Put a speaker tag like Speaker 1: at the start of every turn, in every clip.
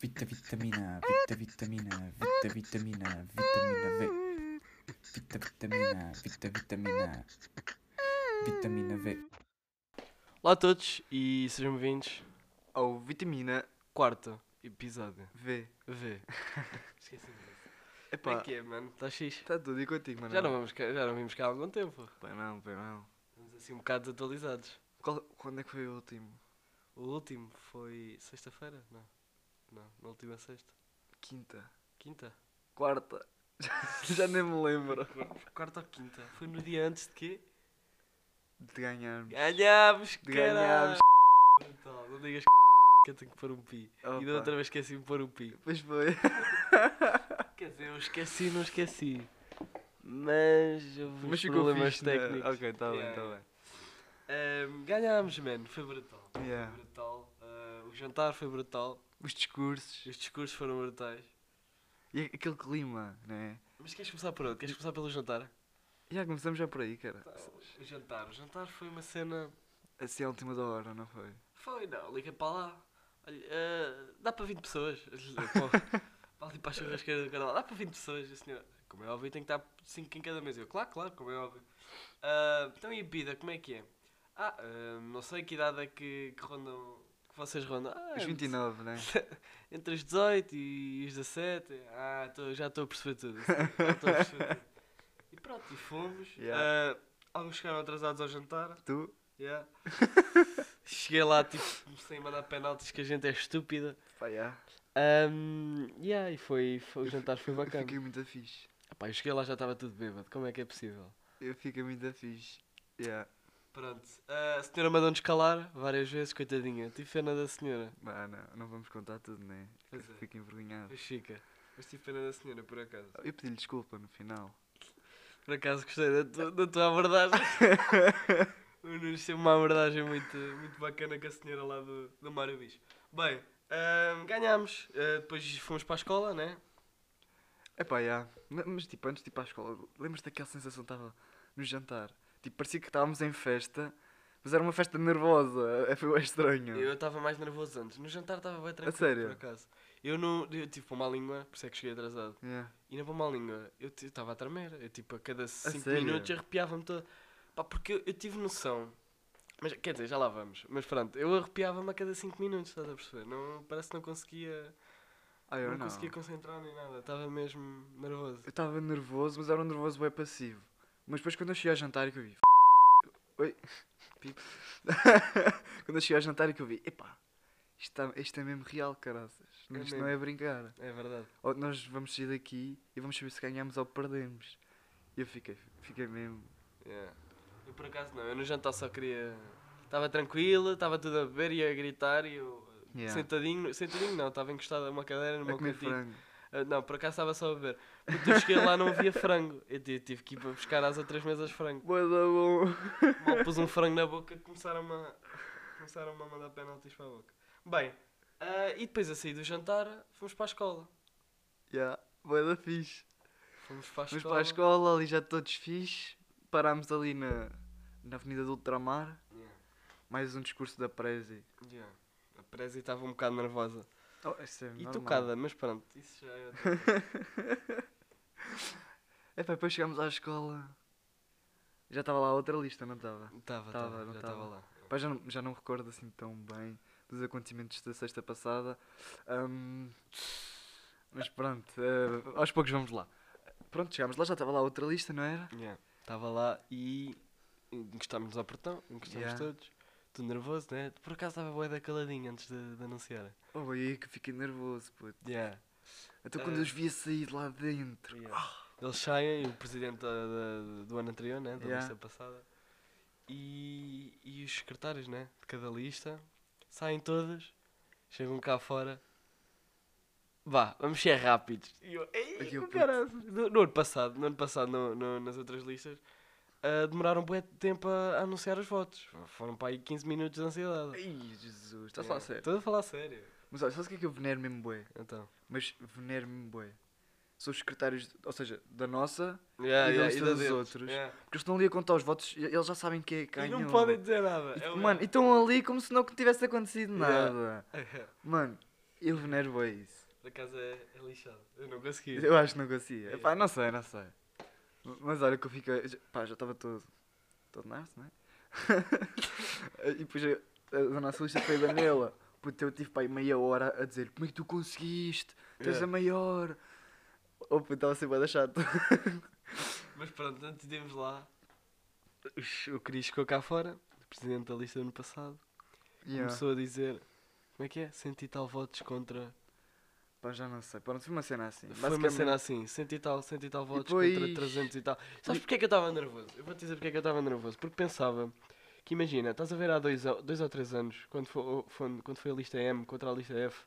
Speaker 1: Vita, vitamina, vita, vitamina, vita, vitamina, vitamina V. Vita, vitamina, vita, vitamina, vitamina V.
Speaker 2: Olá a todos e sejam bem-vindos
Speaker 3: Ou vitamina
Speaker 2: ao quarto episódio.
Speaker 3: V.
Speaker 2: V. Esqueci disso. Como
Speaker 3: Epá,
Speaker 2: é que é, mano? Está fixe?
Speaker 3: está Tá tudo e contigo, mano.
Speaker 2: Já não, vamos cá, já não vimos cá há algum tempo.
Speaker 3: Pois não, pois não.
Speaker 2: Estamos assim um bocado desatualizados.
Speaker 3: Qual- quando é que foi o último?
Speaker 2: O último foi sexta-feira? Não. Não, na última sexta.
Speaker 3: Quinta.
Speaker 2: Quinta?
Speaker 3: Quarta. Já nem me lembro.
Speaker 2: Quarta ou quinta? Foi no dia antes de quê?
Speaker 3: De ganharmos.
Speaker 2: Ganhámos,
Speaker 3: De ganharmos.
Speaker 2: caralho! Então, Não digas que eu tenho que pôr um pi. E
Speaker 3: Opa.
Speaker 2: da outra vez esqueci-me de pôr um pi.
Speaker 3: Pois foi.
Speaker 2: Quer dizer, eu esqueci, não esqueci. Mas houve
Speaker 3: Mas
Speaker 2: uns
Speaker 3: ficou
Speaker 2: problemas
Speaker 3: fixe, né?
Speaker 2: técnicos.
Speaker 3: Ok, está bem,
Speaker 2: Yeah,
Speaker 3: está
Speaker 2: yeah. Ahm, ganhámos, mano. Foi brutal.
Speaker 3: bem. Yeah.
Speaker 2: Foi brutal. Ah, o jantar foi brutal.
Speaker 3: Os discursos.
Speaker 2: Os discursos foram brutais.
Speaker 3: E aquele clima, né?
Speaker 2: Mas queres começar por onde? Queres começar pelo jantar?
Speaker 3: Já começamos já por aí, cara.
Speaker 2: O jantar. O jantar foi uma cena...
Speaker 3: Assim à última da hora, não foi?
Speaker 2: Foi, não. Liga para lá. Olha, ah, dá para 20 pessoas. Pô, Para ali para a churrasqueira do canal. Dá para 20 pessoas. E o senhor, como é óbvio, tem que estar 5 em cada mesa. Eu, claro, claro, como é óbvio. Ah, então e a bebida, como é que é? Ah, ah, não sei que idade é que, que rondam... Que vocês rondam. Ah,
Speaker 3: Os 29, né?
Speaker 2: Entre os 18 e os 17. Ah, tô- já estou a perceber tudo. Já estou a perceber tudo. E pronto, e fomos. Ah,
Speaker 3: Yeah.
Speaker 2: alguns chegaram atrasados ao jantar.
Speaker 3: Tu?
Speaker 2: yeah. Cheguei lá, tipo, comecei a mandar penaltis que a gente é estúpida.
Speaker 3: Pá, já.
Speaker 2: Ahm, yeah, e foi, foi- o jantar foi
Speaker 3: Eu
Speaker 2: bacana.
Speaker 3: fiquei muito fixe.
Speaker 2: Pá, eu cheguei lá já estava tudo bêbado. Como é que é possível?
Speaker 3: Eu fiquei muito fixe. Yeah.
Speaker 2: Pronto. ah, a senhora mandou-nos calar várias vezes, coitadinha. Tive pena da senhora.
Speaker 3: Bah, não, não vamos contar tudo, né? Que eu
Speaker 2: Pois é.
Speaker 3: Fico envergonhado.
Speaker 2: Foi chica. Mas tive pena da senhora, por acaso.
Speaker 3: Eu pedi-lhe desculpa no final.
Speaker 2: Por acaso gostei da tua, da tua abordagem. o Nunes teve uma abordagem muito, muito bacana com a senhora lá do, do Mário Bicho. Bem, ahm, ganhámos. Ah, depois fomos para a escola, né?
Speaker 3: Epá, já. Ma- Mas tipo, antes de ir para a escola, lembras-te daquela sensação que estava no jantar? Tipo, parecia que estávamos em festa, mas era uma festa nervosa. É, foi bué estranho.
Speaker 2: Eu estava mais nervoso antes. No jantar estava bem tranquilo,
Speaker 3: sério?
Speaker 2: por acaso. Eu não. Eu tive para uma língua, por isso é que cheguei atrasado.
Speaker 3: Yeah.
Speaker 2: E na Palma Língua, eu ti- estava a tremer. Eu, tipo, a cada 5
Speaker 3: sério?
Speaker 2: minutos arrepiava-me toda. Pá, porque eu, eu tive noção. Mas, quer dizer, já lá vamos. Mas pronto, eu arrepiava-me a cada 5 minutos, estás a perceber? Não, parece que não conseguia,
Speaker 3: Ah, eu
Speaker 2: não
Speaker 3: não.
Speaker 2: conseguia concentrar nem nada. Estava mesmo nervoso.
Speaker 3: Eu estava nervoso, mas era um nervoso bem passivo. Mas depois quando eu cheguei ao jantar é que eu vi. "F***". Oi. Pip. quando eu cheguei ao jantar é que eu vi. Epá, isto, tá- isto é mesmo real, caraças.
Speaker 2: É
Speaker 3: Isto não é brincar.
Speaker 2: É verdade.
Speaker 3: Ou nós vamos sair daqui e vamos saber se ganhamos ou perdemos. E eu fiquei, fiquei mesmo.
Speaker 2: Yeah. É. Eu por acaso não, eu no jantar só queria. Estava tranquilo, estava tudo a beber e a gritar e eu.
Speaker 3: Yeah.
Speaker 2: Sentadinho, sentadinho não, estava encostado a uma cadeira no
Speaker 3: A
Speaker 2: meu
Speaker 3: comer
Speaker 2: cantinho.
Speaker 3: frango.
Speaker 2: Ah, Não, por acaso estava só a beber. Porque eu cheguei lá não havia frango. Eu ti- tive que ir para buscar às outras mesas frango.
Speaker 3: Boa, bom.
Speaker 2: Mal pus um frango na boca, começaram-me a, começaram a mandar penaltis para a boca. Bem, ah, e depois a sair do jantar, fomos para a escola.
Speaker 3: Ya, bué da fixe.
Speaker 2: Fomos para a
Speaker 3: Fomos
Speaker 2: escola.
Speaker 3: para a escola, ali já todos fixe. Parámos ali na, na Avenida do Ultramar.
Speaker 2: Yeah,
Speaker 3: Mais um discurso da Prezi.
Speaker 2: yeah. A Prezi estava um bocado nervosa.
Speaker 3: Oh, isso é
Speaker 2: E
Speaker 3: normal.
Speaker 2: tocada, mas pronto, isso já é outra coisa.
Speaker 3: É pá, depois chegámos à escola. Já estava lá outra lista, não estava?
Speaker 2: Estava,
Speaker 3: Tava,
Speaker 2: estava,
Speaker 3: não
Speaker 2: já estava
Speaker 3: tava.
Speaker 2: lá.
Speaker 3: Pá, já não, já não recordo assim tão bem dos acontecimentos da sexta passada. Ahm, mas pronto, eh, aos poucos vamos lá. Pronto, chegámos lá, já estava lá outra lista, não era?
Speaker 2: Estava lá e encostámos-nos ao portão, encostámos
Speaker 3: Yeah.
Speaker 2: todos. Tudo nervoso, né? Por acaso estava boa da caladinha antes de, de anunciar.
Speaker 3: Oh, aí que fiquei nervoso, puto.
Speaker 2: Yeah.
Speaker 3: Até Então, quando
Speaker 2: Ah.
Speaker 3: eu os vi a sair de lá dentro.
Speaker 2: Eles saem, o presidente da- da- do ano anterior, né? da
Speaker 3: Yeah.
Speaker 2: lista passada, e, e os secretários né? de cada lista saem todos, chegam cá fora. Vá, vamos ser rápidos. E eu, ei,
Speaker 3: Ai, eu
Speaker 2: com
Speaker 3: puto.
Speaker 2: caraças. no, no ano passado, no ano passado no- no- nas outras listas, ah, demoraram um tempo a, a anunciar os votos. Foram para aí 15 minutos de ansiedade.
Speaker 3: Ai, Jesus, estás
Speaker 2: Yeah.
Speaker 3: lá a sério?
Speaker 2: Estou a falar sério.
Speaker 3: Mas olha, sabes o que é que eu venero mesmo bué?
Speaker 2: Então.
Speaker 3: Mas venero mesmo bué. São os secretários, ou seja, da nossa,
Speaker 2: Yeah,
Speaker 3: E da
Speaker 2: yeah,
Speaker 3: lista
Speaker 2: da
Speaker 3: dos
Speaker 2: deles.
Speaker 3: outros.
Speaker 2: Yeah.
Speaker 3: porque eles estão ali a contar os votos e eles já sabem quem é que
Speaker 2: E
Speaker 3: ganhou.
Speaker 2: não podem dizer nada.
Speaker 3: E,
Speaker 2: É o-
Speaker 3: Mano, e estão ali como se não tivesse acontecido
Speaker 2: Yeah.
Speaker 3: nada. Mano, Eu venero a isso.
Speaker 2: Por acaso é, é lixado. Eu não consegui.
Speaker 3: Eu acho que não
Speaker 2: É.
Speaker 3: conseguia. Pá, não sei, não sei. Mas olha que eu fico. eu já- Pá, já estava todo. todo nasce, não é? e depois a, a nossa lista foi da Nela. Puta, eu tive pá, aí meia hora a dizer: Como é que tu conseguiste? Tens
Speaker 2: Yeah.
Speaker 3: a maior. Oh, puta, estava sempre a chato.
Speaker 2: Mas pronto, antes de irmos lá, os- o Cris ficou cá fora, presidente da lista do ano passado,
Speaker 3: Yeah.
Speaker 2: começou a dizer. Como é que é? Cento e tal votos contra.
Speaker 3: Pá, já não sei. Pronto, foi uma cena assim.
Speaker 2: Foi uma
Speaker 3: Basicamente-
Speaker 2: cena assim, cento e tal, cento e tal votos
Speaker 3: depois-
Speaker 2: contra 300 e tal. Sabes porque é que eu estava nervoso? Eu vou-te dizer porque é que eu estava nervoso. Porque pensava que, imagina, estás a ver há dois, a- dois ou três anos, quando foi, foi- quando foi a lista M contra a lista F. assim.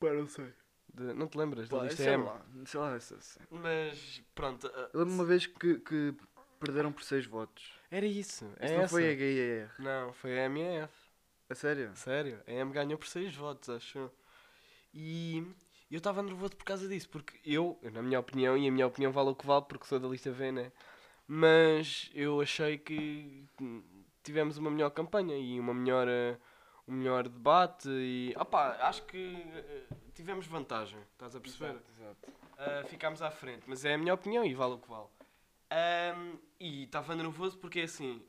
Speaker 3: Pá, não sei.
Speaker 2: de- não te lembras da
Speaker 3: Pá,
Speaker 2: lista é
Speaker 3: sei
Speaker 2: M?
Speaker 3: lá. Sei lá, sei, sei.
Speaker 2: Mas pronto, ah,
Speaker 3: Eu lembro uma vez que, que perderam por 6 votos.
Speaker 2: era isso. É
Speaker 3: Isso
Speaker 2: essa.
Speaker 3: não foi a GIR.
Speaker 2: Não, foi a M e a F.
Speaker 3: A sério?
Speaker 2: Sério, a M ganhou por 6 votos, acho. eu. E eu estava nervoso por causa disso, porque eu, na minha opinião, e a minha opinião vale o que vale, porque sou da lista V, né? Mas eu achei que hum, tivemos uma melhor campanha e uma melhor, eh, um melhor debate e. Opá, acho que eh, tivemos vantagem, estás a perceber? Uh, ficámos à frente, mas é a minha opinião e vale o que vale. Ahm, e estava nervoso porque é assim,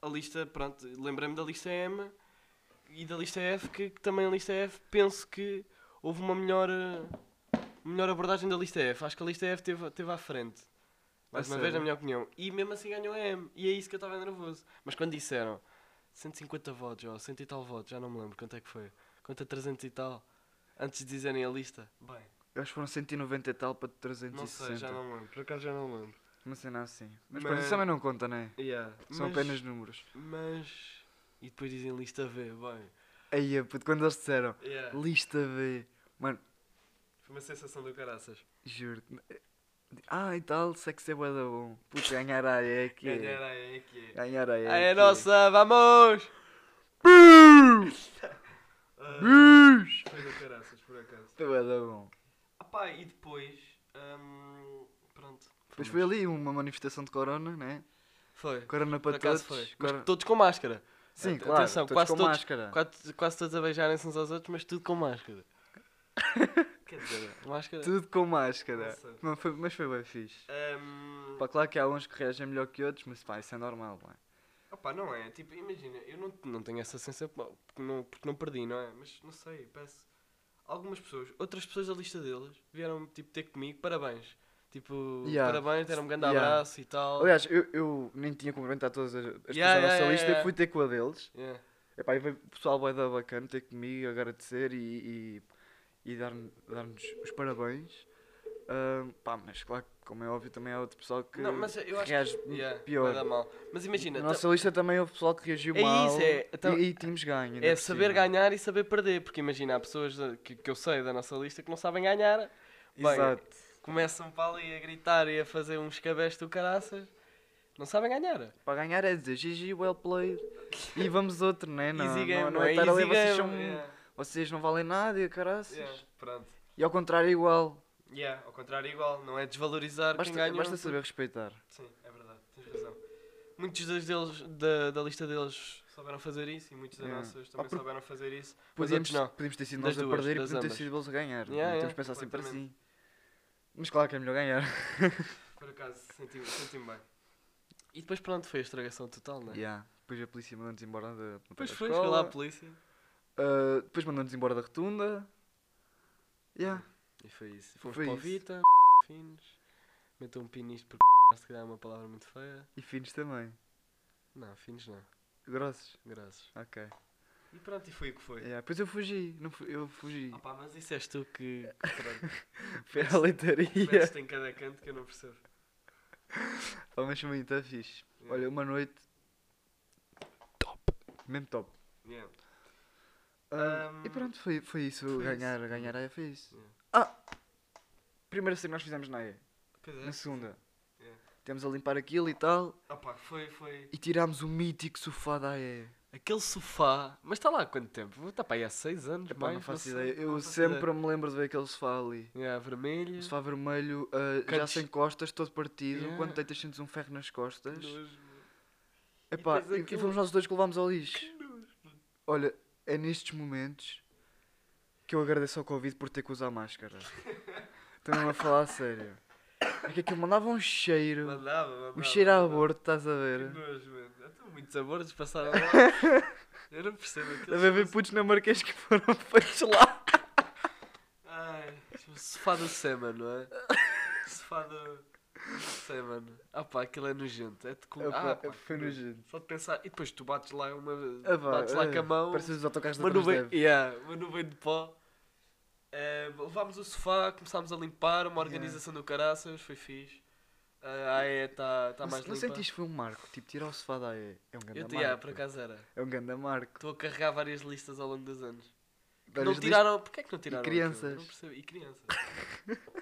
Speaker 2: a lista, pronto, lembrei-me da lista M e da lista F, que, que também a lista F, penso que houve uma melhor, eh, melhor abordagem da lista F. Acho que a lista F teve, teve à frente. Mais
Speaker 3: A
Speaker 2: uma vez, na
Speaker 3: sério?
Speaker 2: minha opinião. E mesmo assim ganhou a M. E é isso que eu estava nervoso. Mas quando disseram 150 votos ou 100 e tal votos, já não me lembro quanto é que foi. Quanto é 300 e tal? Antes de dizerem a lista. Bem,
Speaker 3: Eu acho que foram 190 e tal para
Speaker 2: não
Speaker 3: 360.
Speaker 2: sei, já não lembro. Por acaso já não lembro.
Speaker 3: Uma cena assim.
Speaker 2: Mas-
Speaker 3: Mas, pronto, isso também não conta, né?
Speaker 2: Yeah,
Speaker 3: São
Speaker 2: mas-
Speaker 3: apenas números.
Speaker 2: Mas. E depois dizem lista V, bem.
Speaker 3: Aí, puto, quando eles disseram
Speaker 2: Yeah.
Speaker 3: lista B, mano,
Speaker 2: Foi uma sensação do caraças.
Speaker 3: juro. Ah, e tal, sexo é bué da bom. Puto, ganhar a é que é.
Speaker 2: Ganhar é que é.
Speaker 3: Ganhar a é.
Speaker 2: Ah, é
Speaker 3: que
Speaker 2: nossa, vamos!
Speaker 3: Pus!
Speaker 2: Ah,
Speaker 3: Pus!
Speaker 2: Foi do caraças, por acaso.
Speaker 3: Foi bué da bom.
Speaker 2: Ah pá, e depois. hum, pronto.
Speaker 3: Mas foi ali uma manifestação de corona, né?
Speaker 2: Foi.
Speaker 3: Corona
Speaker 2: Por
Speaker 3: para todos.
Speaker 2: acaso foi.
Speaker 3: Cor-
Speaker 2: Mas todos com máscara.
Speaker 3: Sim,
Speaker 2: At-
Speaker 3: claro.
Speaker 2: atenção,
Speaker 3: todos
Speaker 2: quase
Speaker 3: com
Speaker 2: todos-
Speaker 3: máscara.
Speaker 2: Quase, quase todos a beijarem-se uns aos outros, mas tudo com máscara. Quer dizer, máscara.
Speaker 3: Tudo com máscara.
Speaker 2: Nossa.
Speaker 3: Mas foi, mas foi bem fixe.
Speaker 2: Hum,
Speaker 3: Pá, claro que há uns que reagem melhor que outros, mas pá, isso é normal, pá.
Speaker 2: Opá, não é? Tipo, imagina, eu não, não tenho essa sensação pá, porque não, porque não perdi, não é? Mas não sei, parece. Algumas pessoas, outras pessoas da lista deles vieram tipo, ter comigo, parabéns. Tipo,
Speaker 3: Yeah.
Speaker 2: parabéns, deram um grande
Speaker 3: Yeah.
Speaker 2: abraço e tal.
Speaker 3: Aliás, eu, eu nem tinha cumprimentado todas as as pessoas
Speaker 2: Yeah,
Speaker 3: da nossa
Speaker 2: yeah, yeah,
Speaker 3: lista,
Speaker 2: yeah.
Speaker 3: fui ter com a deles.
Speaker 2: Yeah.
Speaker 3: Epá, e veio o pessoal vai dar bacana ter comigo, agradecer e, e, e dar-me- dar-nos os parabéns. Ahm, pá, mas claro, que, como é óbvio, também há outro pessoal que
Speaker 2: Não, mas eu acho
Speaker 3: reage
Speaker 2: que yeah,
Speaker 3: pior.
Speaker 2: vai dar mal. Mas imagina, tá,
Speaker 3: Na
Speaker 2: ta-
Speaker 3: nossa lista também houve pessoal que reagiu
Speaker 2: É isso,
Speaker 3: mal
Speaker 2: é, então-
Speaker 3: e, e tínhamos ganho. ainda
Speaker 2: é
Speaker 3: por
Speaker 2: saber
Speaker 3: cima.
Speaker 2: ganhar e saber perder, porque imagina, há pessoas da- que, que eu sei da nossa lista que não sabem ganhar, Bem,
Speaker 3: Exato.
Speaker 2: começam para ali a gritar e a fazer uns cabestos do caraças, não sabem ganhar.
Speaker 3: Para ganhar é dizer GG, well played. E vamos outro, né? Não,
Speaker 2: easy
Speaker 3: não,
Speaker 2: game,
Speaker 3: não,
Speaker 2: é
Speaker 3: é estar
Speaker 2: easy
Speaker 3: ali,
Speaker 2: game,
Speaker 3: vocês, são-
Speaker 2: yeah,
Speaker 3: vocês não valem nada e caraças.
Speaker 2: yeah, pronto.
Speaker 3: E ao contrário, é igual.
Speaker 2: Yeah, ao contrário, igual, não é desvalorizar
Speaker 3: Basta,
Speaker 2: quem ganhou.
Speaker 3: basta saber respeitar.
Speaker 2: Sim, é verdade, tens razão. Muitos dos deles, da, da lista deles souberam fazer isso e muitos da
Speaker 3: Yeah.
Speaker 2: nossa
Speaker 3: Ah,
Speaker 2: também
Speaker 3: porque-
Speaker 2: souberam fazer isso. mas
Speaker 3: Podíamos,
Speaker 2: outros não.
Speaker 3: podíamos ter sido
Speaker 2: Das
Speaker 3: nós a
Speaker 2: duas,
Speaker 3: perder e
Speaker 2: das
Speaker 3: podíamos ter
Speaker 2: ambas.
Speaker 3: sido eles a ganhar. não é?
Speaker 2: Yeah,
Speaker 3: Temos
Speaker 2: yeah,
Speaker 3: de pensar sempre
Speaker 2: completamente.
Speaker 3: assim. Mas claro que é melhor ganhar.
Speaker 2: Por acaso, senti-me senti bem. E depois, pronto, foi a estragação total, não é?
Speaker 3: Yeah. Depois a polícia mandou-nos embora da.
Speaker 2: Depois
Speaker 3: da
Speaker 2: foi,
Speaker 3: escola.
Speaker 2: chegou lá a polícia
Speaker 3: Ah, depois mandou-nos embora da rotunda. Yeah.
Speaker 2: e foi isso. Fomos
Speaker 3: Foi
Speaker 2: para o
Speaker 3: isso.
Speaker 2: Vita, finos, meteu um pin nisto porque acho que dá é uma palavra muito feia.
Speaker 3: E finos também.
Speaker 2: Não, finos não,
Speaker 3: Grossos.
Speaker 2: graças.
Speaker 3: Ok.
Speaker 2: E pronto, e foi o que foi.
Speaker 3: Yeah. Depois eu fugi. Não fu- eu fugi.
Speaker 2: Ah pá, mas isso és tu que, que pronto,
Speaker 3: Foi à leitaria.
Speaker 2: metes-te em cada canto que eu não percebo.
Speaker 3: Pá, mas foi muito fixe.
Speaker 2: Yeah.
Speaker 3: Olha, uma noite. Top. Mesmo top.
Speaker 2: Yeah.
Speaker 3: Ah,
Speaker 2: Ahm,
Speaker 3: e pronto, foi, foi isso.
Speaker 2: foi
Speaker 3: ganhar,
Speaker 2: isso.
Speaker 3: ganhar a EA foi isso.
Speaker 2: Yeah.
Speaker 3: Ah! Primeira cena que nós fizemos na EA.
Speaker 2: Pois é.
Speaker 3: Na segunda.
Speaker 2: Yeah.
Speaker 3: Temos a limpar aquilo e tal.
Speaker 2: Ah pá, foi, foi.
Speaker 3: E tirámos o mítico sofá da AE.
Speaker 2: Aquele sofá, mas está lá há quanto tempo? Está para aí há 6 anos,
Speaker 3: Epá,
Speaker 2: mais,
Speaker 3: não faço
Speaker 2: sei,
Speaker 3: ideia. Eu
Speaker 2: não faço
Speaker 3: sempre
Speaker 2: ideia.
Speaker 3: me lembro de ver aquele sofá ali.
Speaker 2: Yeah, vermelho.
Speaker 3: O sofá vermelho, ah, já
Speaker 2: Cantos-
Speaker 3: sem costas, todo partido.
Speaker 2: Yeah.
Speaker 3: Quando deitas sentes um ferro nas costas.
Speaker 2: nojo, mano.
Speaker 3: Epá,
Speaker 2: depois
Speaker 3: e, e
Speaker 2: aquilo-
Speaker 3: fomos nós dois que levámos ao lixo. Olha, é nestes momentos que eu agradeço ao Covid por ter que usar máscara. Estou mesmo a falar a sério. É que aquilo mandava um cheiro.
Speaker 2: Mandava, mandava.
Speaker 3: O cheiro a
Speaker 2: mandava.
Speaker 3: aborto, estás a
Speaker 2: Que
Speaker 3: ver?
Speaker 2: nojo, mano. Estão muitos amores passaram lá. Eu não percebo aquilo.
Speaker 3: Deve haver putos namarquês que foram feitos lá.
Speaker 2: Ai, tipo, sofá do Seman, não é? Sofá do Seman. Ah pá, aquilo é nojento. É de com... ah, pá,
Speaker 3: Foi
Speaker 2: que nojo.
Speaker 3: nojento.
Speaker 2: Só de pensar. E depois tu bates lá uma.
Speaker 3: Ah, pá,
Speaker 2: bates lá
Speaker 3: ah,
Speaker 2: com a mão.
Speaker 3: Parece os autocarros da
Speaker 2: Uma nuvem,
Speaker 3: Transdev.
Speaker 2: yeah, uma nuvem de pó. Eh, levámos o sofá, começámos a limpar, uma organização do caraças, foi fixe. Eh, a AE está tá
Speaker 3: Não-
Speaker 2: mais
Speaker 3: Não
Speaker 2: limpa.
Speaker 3: sentiste que foi um marco? Tipo, tirar o sofá da AE. É um grande
Speaker 2: Eu,
Speaker 3: marco.
Speaker 2: te- yeah, por acaso era.
Speaker 3: É um grande marco.
Speaker 2: Estou a carregar várias listas ao longo dos anos.
Speaker 3: Várias
Speaker 2: não tiraram. Porquê é que não tiraram? aquilo?
Speaker 3: crianças.
Speaker 2: Não percebi. E crianças.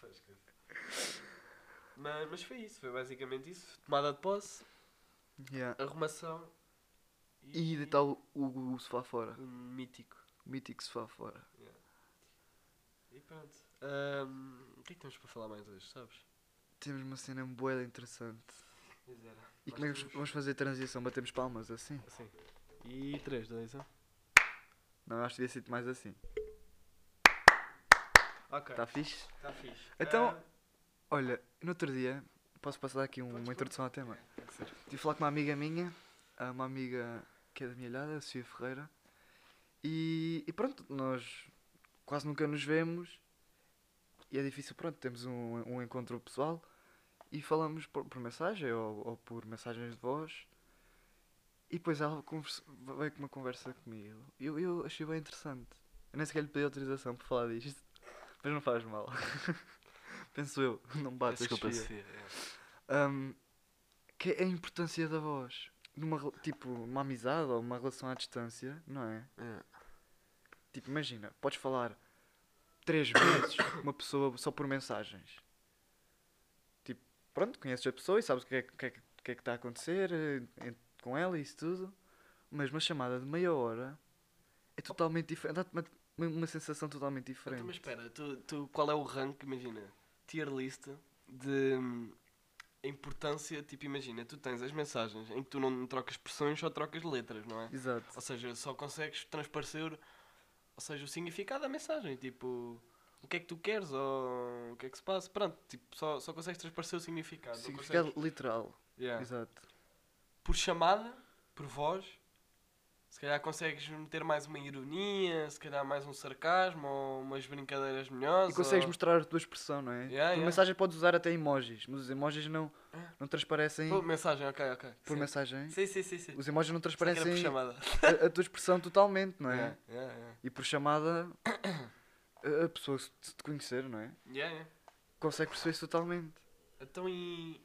Speaker 2: Faz coisa. mas, mas foi isso, foi basicamente isso. Tomada de posse,
Speaker 3: listas- Yeah.
Speaker 2: arrumação
Speaker 3: E deitar o, o, o sofá fora.
Speaker 2: um mítico.
Speaker 3: O mítico sofá fora.
Speaker 2: E pronto. Ahm, o que é que temos para falar mais hoje, sabes?
Speaker 3: Temos uma cena boeda interessante.
Speaker 2: Pois era.
Speaker 3: E
Speaker 2: Nós
Speaker 3: como é que
Speaker 2: temos-
Speaker 3: vamos fazer a transição? Batemos palmas assim?
Speaker 2: Assim. E um. 3, 2, 1.
Speaker 3: Não, acho que devia ser mais assim.
Speaker 2: Ok.
Speaker 3: Está fixe?
Speaker 2: Tá fixe.
Speaker 3: Então-
Speaker 2: Ah,
Speaker 3: Olha, no outro dia, posso passar aqui um-
Speaker 2: Podes,
Speaker 3: uma introdução ao tema.
Speaker 2: tem que ser.
Speaker 3: Estive a falar com uma amiga minha, ah, uma amiga que é da minha olhada, a Sofia Ferreira. E, e pronto, nós quase nunca nos vemos. E é difícil, pronto, temos um, um encontro pessoal e falamos por, por mensagem ou, ou por mensagens de voz. E depois ela conversa- veio com uma conversa comigo. E eu, eu achei bem interessante. Eu nem sequer lhe pedi autorização para falar disto. Mas não faz mal. Penso eu, não bate
Speaker 2: Desculpa,
Speaker 3: Sofia.
Speaker 2: Sofia. é.
Speaker 3: Hum, que é a importância da voz. Numa, rela- tipo, uma amizade ou uma relação à distância, não é?
Speaker 2: É.
Speaker 3: Tipo, imagina, podes falar três vezes uma pessoa só por mensagens. Tipo, pronto, conheces a pessoa e sabes o que é que, o que, é que, o que é que está a acontecer eh, en- com ela e isso tudo. Mas uma chamada de meia hora é totalmente diferente. Dá-te uma, uma- uma sensação totalmente
Speaker 2: Então, mas
Speaker 3: diferente.
Speaker 2: espera, tu, tu, qual é o rank, imagina, tier list de hum, a importância, tipo, imagina, tu tens as mensagens em que tu não trocas expressões, só trocas letras, não é?
Speaker 3: Exato.
Speaker 2: Ou seja, só consegues transparecer, ou seja, o significado da mensagem, tipo, o que é que tu queres ou o que é que se passa, pronto, tipo, só, só consegues transparecer o significado. não
Speaker 3: Significado
Speaker 2: consegues-
Speaker 3: literal.
Speaker 2: Yeah.
Speaker 3: Exato.
Speaker 2: Por chamada, por voz, se calhar consegues meter mais uma ironia, se calhar mais um sarcasmo ou umas brincadeiras melhores.
Speaker 3: E consegues
Speaker 2: ou-
Speaker 3: mostrar a tua expressão, não é?
Speaker 2: uh, Yeah,
Speaker 3: por
Speaker 2: yeah. Ah.
Speaker 3: mensagem podes usar até emojis, mas os emojis não, não transparecem
Speaker 2: Pô, mensagem, ok, ok.
Speaker 3: por
Speaker 2: sim.
Speaker 3: mensagem.
Speaker 2: Sim, sim, sim. sim.
Speaker 3: Os emojis não
Speaker 2: Pensei que era por
Speaker 3: transparecem
Speaker 2: chamada.
Speaker 3: a, a tua expressão totalmente, não é?
Speaker 2: Yeah, yeah, yeah.
Speaker 3: E por chamada, a a pessoa se se te conhecer, não é?
Speaker 2: Yeah, yeah.
Speaker 3: Consegue perceber isso totalmente.
Speaker 2: Então e.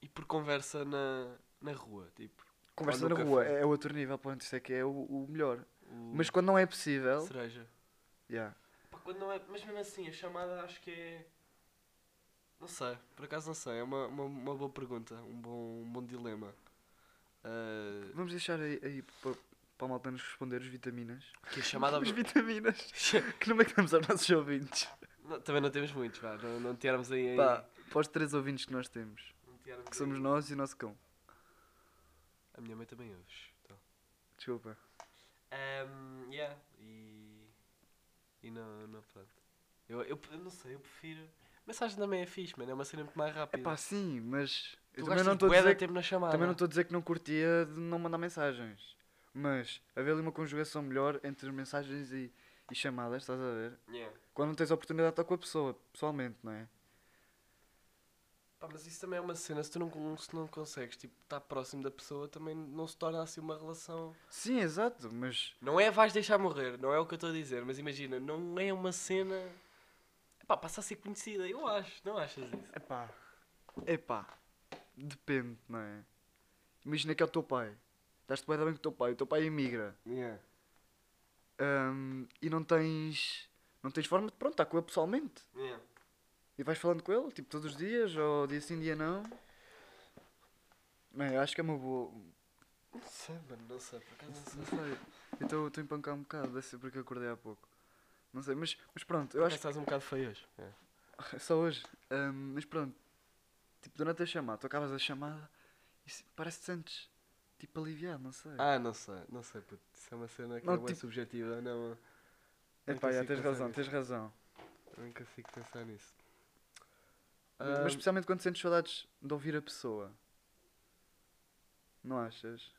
Speaker 2: E por conversa na, na rua, tipo.
Speaker 3: Conversa
Speaker 2: no
Speaker 3: na rua
Speaker 2: café. Hum.
Speaker 3: é outro nível, pronto, isso é que é o, o melhor.
Speaker 2: o-
Speaker 3: Mas quando não é possível,
Speaker 2: Cereja.
Speaker 3: yeah.
Speaker 2: Pá, quando não é. Mas mesmo assim, a chamada acho que é. Não sei, por acaso não sei. É uma, uma, uma boa pergunta, um bom, um bom dilema. Ah,
Speaker 3: vamos deixar aí, aí para, para a malta nos responder os vitaminas.
Speaker 2: que a chamada.
Speaker 3: Os vitaminas que não é que damos aos nossos ouvintes.
Speaker 2: Não, também não temos muitos, vá. Não, não tirarmos aí.
Speaker 3: Pá, para os três ouvintes que nós temos,
Speaker 2: não tirarmos
Speaker 3: que
Speaker 2: aí-
Speaker 3: somos nós e o nosso cão.
Speaker 2: A minha mãe também ouve. Então.
Speaker 3: Desculpa.
Speaker 2: Um, yeah, e. E não, não pronto. Eu, eu, eu não sei, eu prefiro. Mensagem também é fixe, mano, é uma cena muito mais
Speaker 3: É
Speaker 2: rápida.
Speaker 3: pá, sim, mas.
Speaker 2: tu
Speaker 3: Eu também não estou a
Speaker 2: bué de
Speaker 3: dizer que,
Speaker 2: tempo na chamada.
Speaker 3: também não estou a dizer que não curtia de não mandar mensagens. Mas haver ali uma conjugação melhor entre mensagens e, e chamadas, estás a ver?
Speaker 2: Yeah.
Speaker 3: Quando não tens a oportunidade de estar com a pessoa, pessoalmente, não é?
Speaker 2: Pá, mas isso também é uma cena, se tu não, se não consegues tipo, estar próximo da pessoa, também não se torna assim uma relação.
Speaker 3: Sim, exato, mas.
Speaker 2: Não é vais deixar morrer, não é o que eu estou a dizer, mas imagina, não é uma cena. Pá, passa a ser conhecida, eu acho, não achas isso?
Speaker 3: É pá. É pá. Depende, não é? Imagina que é o teu pai. Estás-te bem bem com o teu pai, o teu pai emigra.
Speaker 2: Yeah.
Speaker 3: Hum, e não tens. Não tens forma de pronto, estar com ele pessoalmente.
Speaker 2: Yeah.
Speaker 3: E vais falando com ele, tipo, todos os dias, ou dia sim, dia não. Bem, eu acho que é uma boa.
Speaker 2: Não sei, mano, não sei, por acaso não sei.
Speaker 3: Não sei. Eu estou a empancar um bocado, deve ser porque eu acordei há pouco. Não sei, mas, mas pronto, eu
Speaker 2: Eu
Speaker 3: acho
Speaker 2: estás um bocado feio hoje. É.
Speaker 3: que. Só hoje. Ahm, mas pronto. Tipo, durante a chamada, tu acabas a chamada e se- parece que sentes. Tipo, aliviado, não sei.
Speaker 2: Ah, não sei, não sei, puto. Isso é uma cena que
Speaker 3: Não,
Speaker 2: é bem
Speaker 3: tipo-
Speaker 2: subjetiva, não.
Speaker 3: Epá, É já,
Speaker 2: consigo
Speaker 3: tens
Speaker 2: pensar
Speaker 3: razão,
Speaker 2: nisso.
Speaker 3: tens razão.
Speaker 2: Eu nem consigo pensar nisso.
Speaker 3: Mas
Speaker 2: Ahm,
Speaker 3: especialmente quando sentes saudades de ouvir a pessoa. Não achas?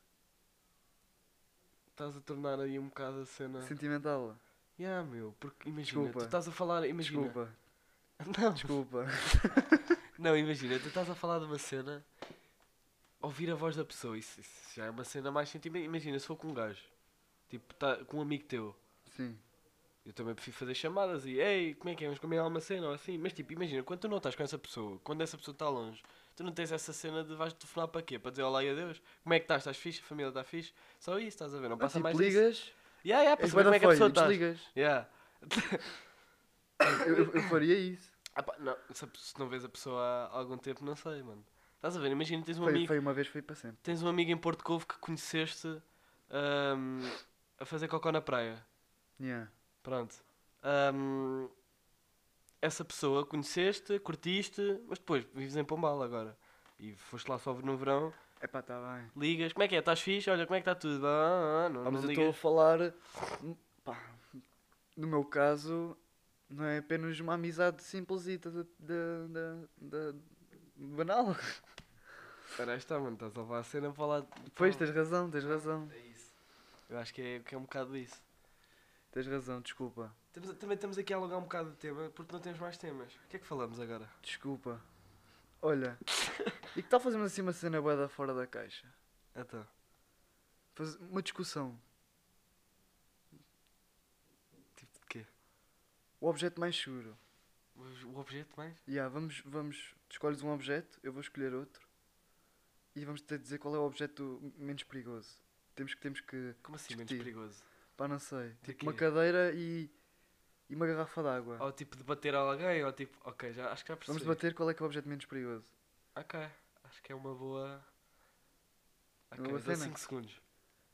Speaker 2: estás a tornar aí um bocado a cena.
Speaker 3: Sentimental.
Speaker 2: Yeah, meu, porque imagina,
Speaker 3: Desculpa.
Speaker 2: tu estás a falar, imagina.
Speaker 3: Desculpa,
Speaker 2: Não,
Speaker 3: desculpa.
Speaker 2: não, imagina, tu estás a falar de uma cena, ouvir a voz da pessoa, isso, isso já é uma cena mais sentimental. Imagina, se for com um gajo, tipo, tá, com um amigo teu,
Speaker 3: Sim.
Speaker 2: eu também prefiro fazer chamadas e, ei, como é que é, vamos combinar uma cena ou assim, mas tipo, imagina, quando tu não estás com essa pessoa, quando essa pessoa está longe, tu não tens essa cena de vais telefonar para quê? Para dizer olá e adeus? Como é que estás? Estás fixe? A família está fixe? Só isso, estás a ver? Não
Speaker 3: Mas
Speaker 2: passa
Speaker 3: tipo,
Speaker 2: mais disso.
Speaker 3: ligas,
Speaker 2: Yeah, yeah, para
Speaker 3: é
Speaker 2: saber como é que a
Speaker 3: feio,
Speaker 2: pessoa
Speaker 3: e
Speaker 2: está.
Speaker 3: desligas.
Speaker 2: Yeah.
Speaker 3: Eu, eu- eu faria isso.
Speaker 2: Ah pá, não, se, a pe- se não vês a pessoa há algum tempo, não sei, mano. Estás a ver? Imagina, tens um
Speaker 3: Foi,
Speaker 2: amigo,
Speaker 3: foi uma vez, foi para sempre.
Speaker 2: tens um amigo em Porto Covo que conheceste ahm, a fazer cocó na praia.
Speaker 3: Yeah.
Speaker 2: Pronto. Ahm, essa pessoa conheceste, curtiste, mas depois vives em Pombal agora. E foste lá só no verão,
Speaker 3: Epá, está bem.
Speaker 2: ligas, como é que é? Estás fixe? Olha, como é que está tudo? Ah, ah, não,
Speaker 3: Ah, mas
Speaker 2: não
Speaker 3: eu estou a
Speaker 2: ligas.
Speaker 3: falar. Pá, no meu caso, não é apenas uma amizade simplesita da. da. da. da- banal.
Speaker 2: Espera, aí está, mano, estás a levar a cena para lá. de-
Speaker 3: Pois, tens razão, tens razão.
Speaker 2: É isso. Eu acho que é, que é um bocado isso.
Speaker 3: Tens razão, desculpa.
Speaker 2: Temos- também estamos aqui a alongar um bocado o tema porque não temos mais temas. O que é que falamos agora?
Speaker 3: Desculpa. Olha, e que tal fazermos assim uma cena boeda fora da caixa?
Speaker 2: Então,
Speaker 3: Faz uma discussão.
Speaker 2: tipo de quê?
Speaker 3: O objeto mais seguro.
Speaker 2: Mas O objeto mais?
Speaker 3: Ya, vamos, vamos. Tu escolhes um objeto, eu vou escolher outro. E vamos ter de dizer qual é o objeto menos perigoso. Temos que. Temos que
Speaker 2: Como assim, menos
Speaker 3: Discutir.
Speaker 2: perigoso?
Speaker 3: Pá, não sei.
Speaker 2: De
Speaker 3: Tipo uma
Speaker 2: quê?
Speaker 3: cadeira e, e uma garrafa d'água.
Speaker 2: Ou tipo de bater a alguém, ou tipo, ok, já, acho que já percebi.
Speaker 3: Vamos debater qual é que é o objeto menos perigoso.
Speaker 2: Ok, acho que é uma boa. Ok,
Speaker 3: Uma boa
Speaker 2: dou
Speaker 3: cena.
Speaker 2: 5 segundos.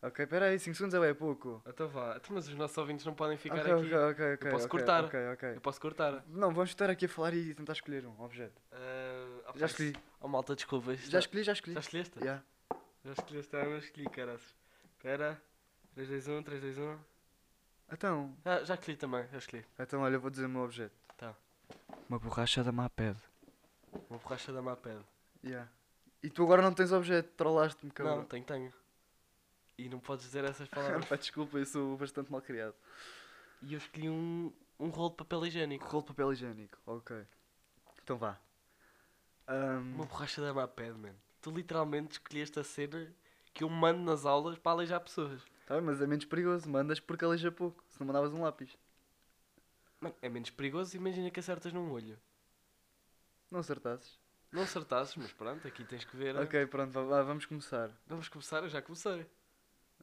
Speaker 3: Ok, pera aí, 5 segundos é bem pouco.
Speaker 2: Então vá, Então, mas os nossos ouvintes não podem ficar
Speaker 3: ok,
Speaker 2: aqui.
Speaker 3: ok, ok, ok.
Speaker 2: posso
Speaker 3: ok,
Speaker 2: cortar.
Speaker 3: Ok, ok.
Speaker 2: Eu posso cortar.
Speaker 3: Não, vamos estar aqui a falar e tentar escolher um objeto.
Speaker 2: Ah, ah, pá,
Speaker 3: Já escolhi.
Speaker 2: Oh malta, desculpa. isto-
Speaker 3: Já escolhi, já escolhi.
Speaker 2: Já escolheste?
Speaker 3: Ya.
Speaker 2: Já escolheste? Ah, eu não escolhi, caraças. Espera. um, 3, 2, 1, 3, 2, 1.
Speaker 3: Então,
Speaker 2: Ah, já escolhi também, já escolhi.
Speaker 3: então olha, eu vou dizer o meu objeto.
Speaker 2: Tá.
Speaker 3: Uma borracha da Maped.
Speaker 2: Uma borracha da má pele.
Speaker 3: Ya. E tu agora não tens objeto, trollaste-me,
Speaker 2: Não,
Speaker 3: cabrão.
Speaker 2: tenho, tenho. E não podes dizer essas palavras.
Speaker 3: Pá, desculpa, eu sou bastante mal criado.
Speaker 2: e eu escolhi um, um rolo de papel higiênico.
Speaker 3: Rolo de papel higiênico, ok. Então vá. Ahm,
Speaker 2: Uma borracha da Maped, man. Tu literalmente escolheste a cena que eu mando nas aulas para aleijar pessoas.
Speaker 3: tá bem, mas é menos perigoso, mandas porque aleija pouco. Se não mandavas um lápis.
Speaker 2: Mano, é menos perigoso, imagina que acertas num olho.
Speaker 3: Não acertasses.
Speaker 2: Não acertasses, mas pronto, aqui tens que ver. né?
Speaker 3: Ok, pronto, vá, vá, vamos começar.
Speaker 2: Vamos começar, eu já comecei.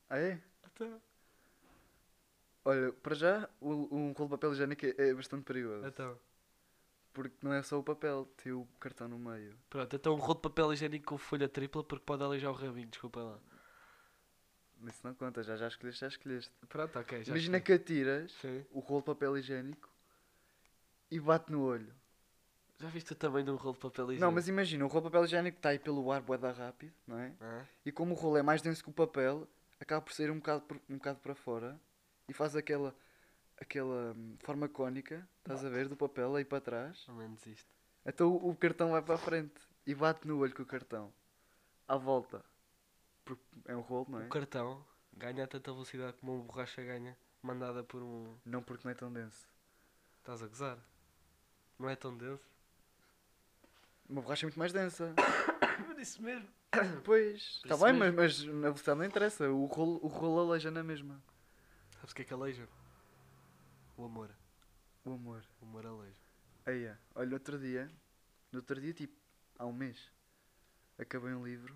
Speaker 3: Ah, é?
Speaker 2: Então,
Speaker 3: Olha, para já, o, um rolo de papel higiênico é, é bastante perigoso.
Speaker 2: então.
Speaker 3: Porque não é só o papel, tem o cartão no meio.
Speaker 2: Pronto, então um rolo de papel higiênico com folha tripla porque pode aleijar o rabinho, desculpa lá.
Speaker 3: Isso não conta, já, já escolheste, já escolheste.
Speaker 2: Pronto, ok, já
Speaker 3: Imagina
Speaker 2: escolhi.
Speaker 3: que atiras
Speaker 2: Sim.
Speaker 3: o rolo de papel higiênico e bate no olho.
Speaker 2: Já viste o tamanho de um rolo de papel higiênico?
Speaker 3: Não, mas imagina, o rolo de papel higiênico está aí pelo ar, boeda rápido, não é?
Speaker 2: Ah,
Speaker 3: E como o rolo é mais denso que o papel, acaba por sair um bocado, por- um bocado para fora e faz aquela, aquela hum, forma cónica, estás a ver, do papel aí para trás.
Speaker 2: ao menos isto.
Speaker 3: Então o o cartão vai para a frente e bate no olho com o cartão. À volta. Porque é um rolo, não é?
Speaker 2: O cartão ganha a tanta velocidade como uma borracha ganha, mandada por um.
Speaker 3: Não porque não é tão denso.
Speaker 2: Estás a gozar? Não é tão denso?
Speaker 3: Uma borracha é muito mais densa.
Speaker 2: Mas isso mesmo.
Speaker 3: pois.
Speaker 2: Por
Speaker 3: Está
Speaker 2: isso
Speaker 3: bem, mas, mas a velocidade não interessa. O rolo, o rolo aleija na mesma.
Speaker 2: Sabes o que é que aleija? O amor.
Speaker 3: O amor.
Speaker 2: O amor aleija.
Speaker 3: Aí é. Olha, no outro dia. No outro dia, tipo, há um mês. Acabei um livro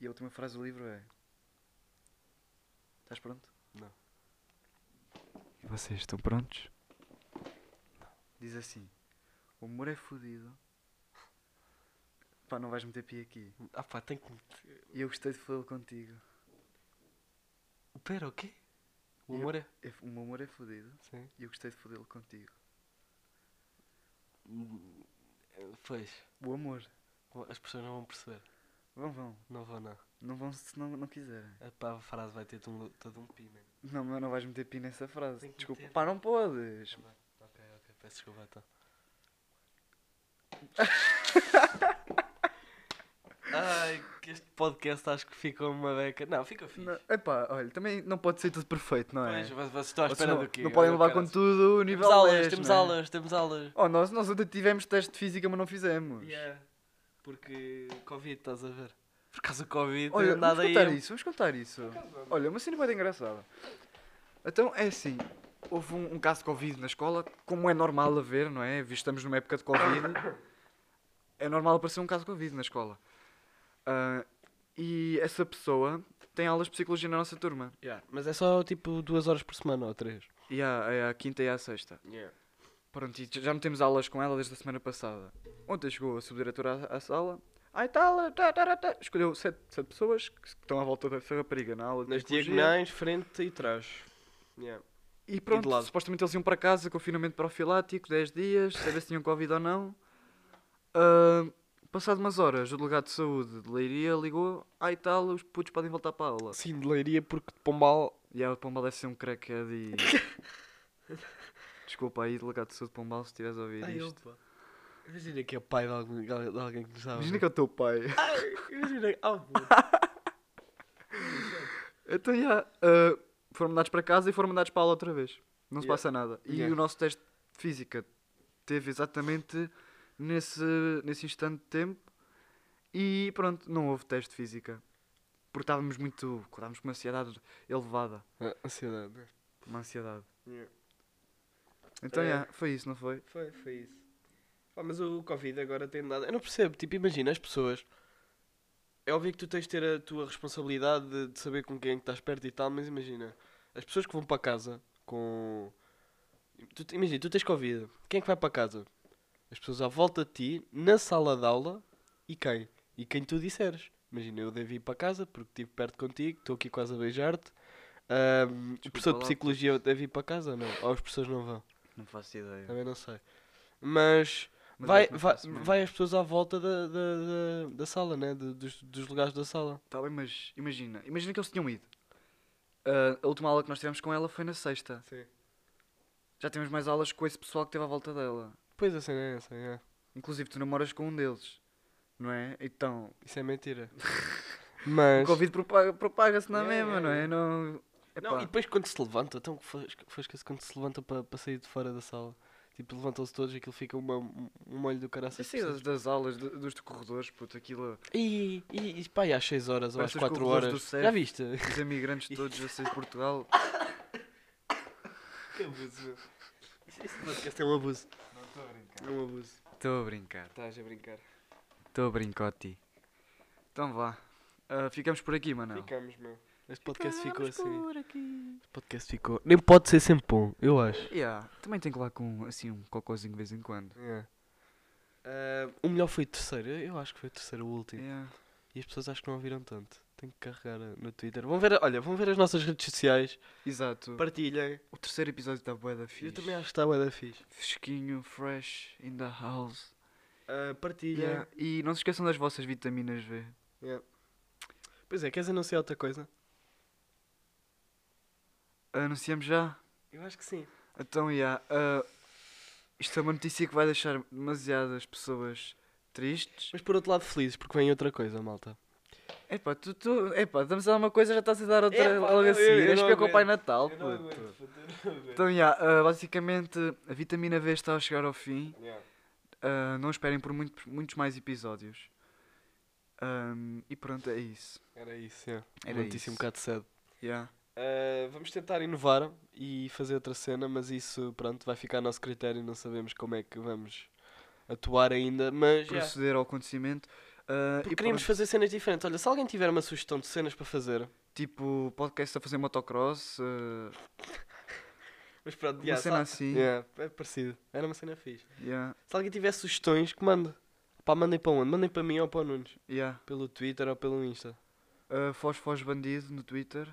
Speaker 3: e a última frase do livro é. Estás pronto?
Speaker 2: Não.
Speaker 3: E vocês estão prontos? Diz assim: O amor é fodido. Pá, não vais meter pi aqui.
Speaker 2: Ah pá, tem que. meter-
Speaker 3: E eu gostei de fodê-lo contigo.
Speaker 2: Pera, o quê? O
Speaker 3: Eu-
Speaker 2: amor é.
Speaker 3: É f- O meu amor é fodido
Speaker 2: Sim.
Speaker 3: e eu gostei de fodê-lo contigo.
Speaker 2: Hum, eh, Pois.
Speaker 3: O amor.
Speaker 4: Eh,
Speaker 2: As pessoas não vão perceber.
Speaker 3: Vão, vão.
Speaker 4: Não vou, não.
Speaker 3: Não vão se não, não quiserem.
Speaker 4: Epá, a frase vai ter todo um, todo um pi, mano.
Speaker 3: Não, mas não vais meter pi nessa frase.
Speaker 4: Tem que
Speaker 3: Desculpa.
Speaker 4: meter.
Speaker 3: Pá, não podes.
Speaker 4: Ok, ok, peço desculpa então. Ai, que este podcast acho que fica uma beca. Não, fica fixe.
Speaker 3: Não, epá, olha, também não pode ser tudo perfeito, não é?
Speaker 4: Pois, vo- vocês estão à
Speaker 3: Ou
Speaker 4: espera
Speaker 3: senão
Speaker 4: do quê?
Speaker 3: Não podem
Speaker 4: Oh,
Speaker 3: levar com
Speaker 4: caralho.
Speaker 3: tudo o nível
Speaker 4: Temos aulas,
Speaker 3: dez,
Speaker 4: temos
Speaker 3: não é?
Speaker 4: aulas, temos aulas.
Speaker 3: Oh, nós, nós ontem tivemos teste de física, mas não fizemos.
Speaker 4: Yeah. Porque Covid, estás a ver? Por causa do Covid,
Speaker 3: Olha,
Speaker 4: nada
Speaker 3: vamos
Speaker 4: aí. é um
Speaker 3: contar isso, vamos contar isso. Olha, uma cena muito engraçada. Então, é assim, houve um, um caso de Covid na escola, como é normal haver, não é? Visto que estamos numa época de Covid, é normal aparecer um caso de Covid na escola. Ah, e essa pessoa tem aulas de psicologia na nossa turma.
Speaker 4: Mas é só tipo duas horas por semana ou três.
Speaker 3: E há, é à quinta e à sexta. Pronto, e já não temos aulas com ela desde a semana passada. Ontem chegou a subdiretora à, à sala. Ai, tá, lá, tá, tá, tá. Escolheu sete, sete pessoas que estão à volta dessa rapariga na aula de
Speaker 2: Nas
Speaker 3: psicologia.
Speaker 2: diagonais, frente e trás. Yeah.
Speaker 3: E pronto,
Speaker 2: de lado.
Speaker 3: supostamente eles iam para casa, confinamento profilático, 10 dias, saber se tinham Covid ou não. Ah, passado umas horas, o delegado de saúde de Leiria ligou. Ai, tal, os putos podem voltar para a aula.
Speaker 2: Sim, de leiria porque de Pombal.
Speaker 3: E ah, o Pombal deve ser um crackhead e... Desculpa aí, delegado de saúde de Pombal, se estiveres a ouvir
Speaker 2: é
Speaker 3: isto.
Speaker 2: Imagina que é o pai de, algum, de alguém que não sabe.
Speaker 3: Imagina que é o teu pai.
Speaker 2: Imagina. Ah,
Speaker 3: Então, já, ah, foram mandados para casa e foram mandados para a aula outra vez. Não se
Speaker 2: Yeah.
Speaker 3: passa nada. E
Speaker 2: Yeah.
Speaker 3: o nosso teste de física teve exatamente nesse, nesse instante de tempo. E pronto, não houve teste de física. Porque estávamos muito. Estávamos com uma ansiedade elevada.
Speaker 2: ansiedade.
Speaker 3: Uma ansiedade.
Speaker 2: Yeah.
Speaker 3: Então,
Speaker 2: É.
Speaker 3: já, foi isso, não foi?
Speaker 2: Foi, foi isso. Pá, mas o Covid agora tem dado. Eu não percebo, tipo, imagina as pessoas. É óbvio que tu tens de ter a tua responsabilidade de, de saber com quem é que estás perto e tal, mas imagina, as pessoas que vão para casa com. Tu, te- imagina, tu tens Covid, quem é que vai para casa? As pessoas à volta de ti, na sala de aula e quem? E quem tu disseres. Imagina, eu devo ir para casa porque estive perto contigo, estou aqui quase a beijar-te. Ahm, o professor de
Speaker 3: lá.
Speaker 2: psicologia eu devo ir para casa ou não? Ou as pessoas não vão?
Speaker 3: Não faço ideia.
Speaker 2: Também não sei. Mas,
Speaker 3: Mas
Speaker 2: vai,
Speaker 3: acho que
Speaker 2: vai,
Speaker 3: não faço mesmo.
Speaker 2: vai as pessoas à volta da, da, da, da sala, né? Do- dos, dos lugares da sala.
Speaker 3: Tá bem, mas imagina. Imagina que eles tinham ido. Ah, a última aula que nós tivemos com ela foi na sexta.
Speaker 2: Sim.
Speaker 3: Já tivemos mais aulas com esse pessoal que esteve à volta dela.
Speaker 2: Pois assim, é essa, é.
Speaker 3: Inclusive, tu namoras com um deles, não é? Então,
Speaker 2: Isso é mentira.
Speaker 3: o Um
Speaker 2: Mas.
Speaker 3: Covid propaga- propaga-se na
Speaker 2: É,
Speaker 3: mesma,
Speaker 2: é,
Speaker 3: não é?
Speaker 2: é.
Speaker 3: Não...
Speaker 2: Não,
Speaker 3: Epá,
Speaker 2: e depois quando se levanta, então foi esquece quando se levanta para para sair de fora da sala. Tipo, levantam-se todos e aquilo fica uma, um- um olho do caraças.
Speaker 3: isso aí das, das aulas, do- dos corredores, puto, aquilo,
Speaker 2: E, e, e pá, e às 6 horas ou às
Speaker 3: Parece os
Speaker 2: 4
Speaker 3: corredores do
Speaker 2: horas.
Speaker 3: surf.
Speaker 2: Já viste?
Speaker 3: os imigrantes todos a sair de Portugal.
Speaker 2: Que abuso, meu. Este podcast é um abuso. Não estou a brincar. É um abuso.
Speaker 3: Estou a brincar,
Speaker 2: Estás a brincar.
Speaker 3: estou a brincote. Então vá, Ah, ficamos por aqui, mano.
Speaker 2: Ficamos, meu. Este podcast ficou assim. Este podcast ficou. Nem pode ser sempre bom, eu acho.
Speaker 3: Yeah, também tem que lá com assim um cocôzinho de vez em quando.
Speaker 2: É. Ah, o melhor foi o terceiro, eu eu acho que foi o terceiro, o último.
Speaker 3: Yeah.
Speaker 2: E as pessoas acho que não ouviram tanto. Tenho que carregar ah, no Twitter. Vão ver, olha, vão ver as nossas redes sociais,
Speaker 3: Exato.
Speaker 2: partilhem.
Speaker 3: O terceiro episódio está bué da fixe.
Speaker 2: Eu também acho que está bué da fixe.
Speaker 3: Fresquinho, fresh, in the house.
Speaker 2: Ah, partilhem.
Speaker 3: Yeah. E não se esqueçam das vossas vitaminas V.
Speaker 2: Pois é, queres anunciar outra coisa?
Speaker 3: Anunciamos já?
Speaker 2: Eu acho que sim.
Speaker 3: Então, já. ah, isto é uma notícia que vai deixar demasiadas pessoas tristes.
Speaker 2: Mas por outro lado, felizes, porque vem outra coisa, malta.
Speaker 3: Epá, tu, tu, epá, estamos a dar uma coisa já estás a dar outra
Speaker 2: Epá,
Speaker 3: logo
Speaker 2: não,
Speaker 3: assim.
Speaker 2: eu- eu
Speaker 3: Deixa
Speaker 2: não
Speaker 3: ver com o
Speaker 2: aguento.
Speaker 3: Pai Natal,
Speaker 2: Eu não
Speaker 3: puto.
Speaker 2: aguento,
Speaker 3: Então, já, ah, basicamente, a vitamina V está a chegar ao fim.
Speaker 2: Yeah.
Speaker 3: Ah, não esperem por muito- muitos mais episódios. Ahm, e pronto, é isso.
Speaker 2: Era isso, yeah.
Speaker 3: Era
Speaker 2: Uma notícia um
Speaker 3: isso.
Speaker 2: bocado sad.
Speaker 3: Já.
Speaker 2: Uh, vamos tentar inovar e fazer outra cena, mas isso, pronto, vai ficar a nosso critério. Não sabemos como é que vamos atuar ainda, mas yeah,
Speaker 3: Proceder ao acontecimento. Ah,
Speaker 2: porque
Speaker 3: e
Speaker 2: queríamos
Speaker 3: pronto,
Speaker 2: fazer cenas diferentes. Olha, se alguém tiver uma sugestão de cenas para fazer,
Speaker 3: tipo, podcast a fazer motocross. ah,
Speaker 2: mas pronto,
Speaker 3: Uma
Speaker 2: yeah,
Speaker 3: cena
Speaker 2: sa-
Speaker 3: assim.
Speaker 2: yeah, é parecido. Era uma cena fixe.
Speaker 3: yeah,
Speaker 2: Se alguém tiver sugestões, que manda. Pá, mandem para onde? Mandem para mim ou para o Nunes.
Speaker 3: yeah.
Speaker 2: Pelo Twitter ou pelo Insta.
Speaker 3: Uh, Foz Foz Bandido no Twitter.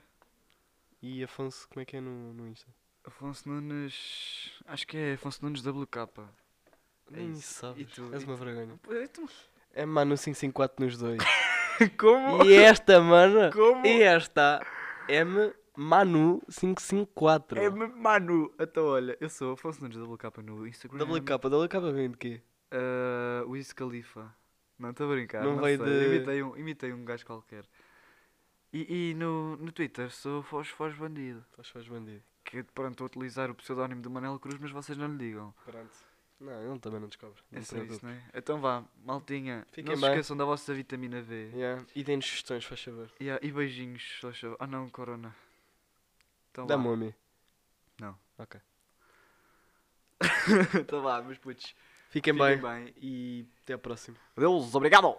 Speaker 2: E Afonso, como é que é no, no Insta?
Speaker 3: Afonso Nunes. Acho que é Afonso Nunes WK. É
Speaker 2: Nem
Speaker 3: isso.
Speaker 2: sabes.
Speaker 3: E tu?
Speaker 2: És
Speaker 3: E
Speaker 2: uma vergonha.
Speaker 3: tu?
Speaker 2: É Manu554 nos dois.
Speaker 3: Como?
Speaker 2: E esta, mano.
Speaker 3: Como?
Speaker 2: E esta. M Manu 554.
Speaker 3: É Manu. Então olha, eu sou Afonso Nunes WK no Instagram.
Speaker 2: WK, WK vem de quê?
Speaker 3: Ah, o Wiz Khalifa. Não, estou a brincar.
Speaker 2: Não
Speaker 3: Não,
Speaker 2: veio
Speaker 3: sei.
Speaker 2: de-
Speaker 3: Imitei, um, imitei um gajo qualquer. E, e no, no Twitter sou Fosfos Bandido.
Speaker 2: Estás faz bandido.
Speaker 3: Que pronto, estou a utilizar o pseudónimo do Manel Cruz, mas vocês não lhe digam.
Speaker 2: Pronto. Não, ele também não descobre. Não
Speaker 3: É
Speaker 2: te
Speaker 3: só isso,
Speaker 2: preocupes.
Speaker 3: não é? Então vá, maltinha.
Speaker 2: Fiquem
Speaker 3: não se
Speaker 2: bem.
Speaker 3: esqueçam da vossa vitamina V.
Speaker 2: Yeah. E deem-nos sugestões, faz favor.
Speaker 3: Yeah, e beijinhos, só chove. Ah não, Corona. Então
Speaker 2: Da
Speaker 3: vá.
Speaker 2: Mumi.
Speaker 3: Não.
Speaker 2: Ok.
Speaker 3: então vá, meus putos.
Speaker 2: Fiquem,
Speaker 3: Fiquem
Speaker 2: bem
Speaker 3: bem.
Speaker 2: e até à próxima.
Speaker 3: Adeus, obrigado!